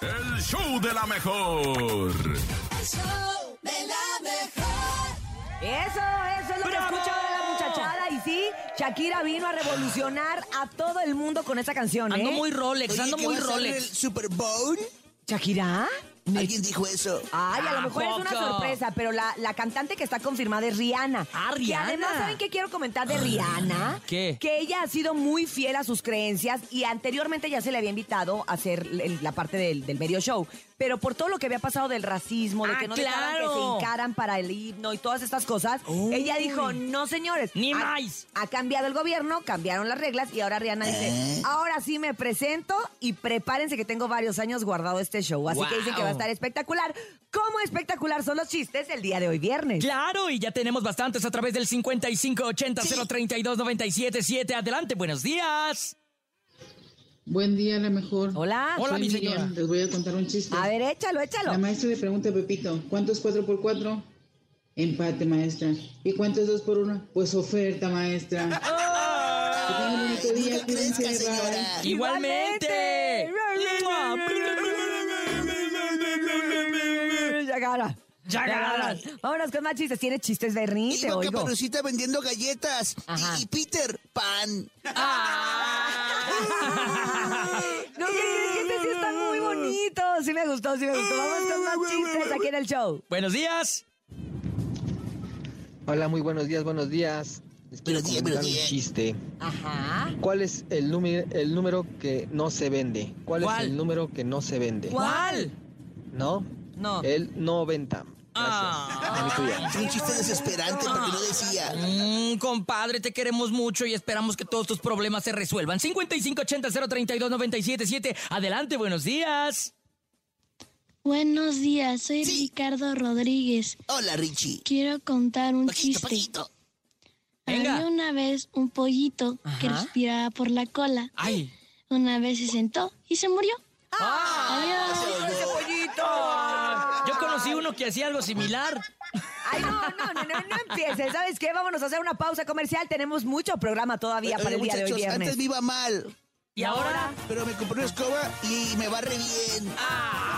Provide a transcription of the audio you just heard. El show de la mejor. show de la mejor. Eso, eso es lo que escucho de la muchachada. Y sí, Shakira vino a revolucionar a todo el mundo con esa canción, Ando ¿eh? muy Rolex, ando ¿que muy vas a ver el Rolex. Super Bowl? ¿Shakira? ¿Alguien dijo eso? Ay, a lo ¿A mejor es una poco? sorpresa, pero la, la cantante que está confirmada es Rihanna. Ah, Que Rihanna. además, ¿saben qué quiero comentar de Rihanna? ¿Qué? Que ella ha sido muy fiel a sus creencias y anteriormente ya se le había invitado a hacer el- la parte del, del medio show. Pero por todo lo que había pasado del racismo, de Ah, que no dejaban que claro. se hincaran para el himno y todas estas cosas, Uy. ella dijo, no señores. Ni ha- más. Ha cambiado el gobierno, cambiaron las reglas y ahora Rihanna ¿Eh? dice, ahora sí me presento y prepárense que tengo varios años guardado este show. Así que dicen que va a Guau. estar espectacular. ¿Cómo espectacular son los chistes el día de hoy viernes? Claro, y ya tenemos bastantes a través del 5580-032-977. Adelante, buenos días. Buen día, la mejor. Hola. Hola, Soy mi Miriam. señora. Les voy a contar un chiste. A ver, échalo, La échalo. maestra le pregunta a Pepito, ¿cuánto es 4 por 4? Empate, maestra. ¿Y cuánto es 2 por 1? Pues oferta, maestra. Que tengan un bonito día, Nunca crezca, cuídense, bye. señora. Igualmente. Ya ganas. Ya ganas. Vámonos con más chistes. ¿Tiene chistes de Y te no oigo. Caperucita vendiendo galletas. Ajá. Y, y Peter Pan. No, ¿qué crees que este sí está muy Ah. bonito? Sí me gustó, sí me gustó. Vamos con más chistes aquí en el show. Buenos días. Hola, muy buenos días, buenos días. Les quiero Buenos días, comentar buenos un días. chiste. Ajá. ¿Cuál es el, número el número que no se vende? ¿Cuál, ¿Cuál? es el número que no se vende? ¿Cuál? ¿No? No. El 90. Gracias. Ah. Dale tuya. Fue un chiste desesperante porque no decía. Mm, compadre, te queremos mucho y esperamos que todos tus problemas se resuelvan. 5580-032-977. Adelante, buenos días. Buenos días, soy Sí. Ricardo Rodríguez. Hola, Richie. Quiero contar un Paquito, chiste. Paquito. Venga. Había una vez un pollito que Ajá. respiraba por la cola. Ay. Una vez se sentó y se murió. Se Adiós. ahogó. Ah, Yo conocí uno que hacía algo similar. Ay, no, no, no, no, no empieces. ¿Sabes qué? Vámonos a hacer una pausa comercial. Tenemos mucho programa todavía para Oigan, el día de hoy muchachos, viernes. antes me iba mal, Y ahora. pero me compré una escoba y me va re bien. Ah.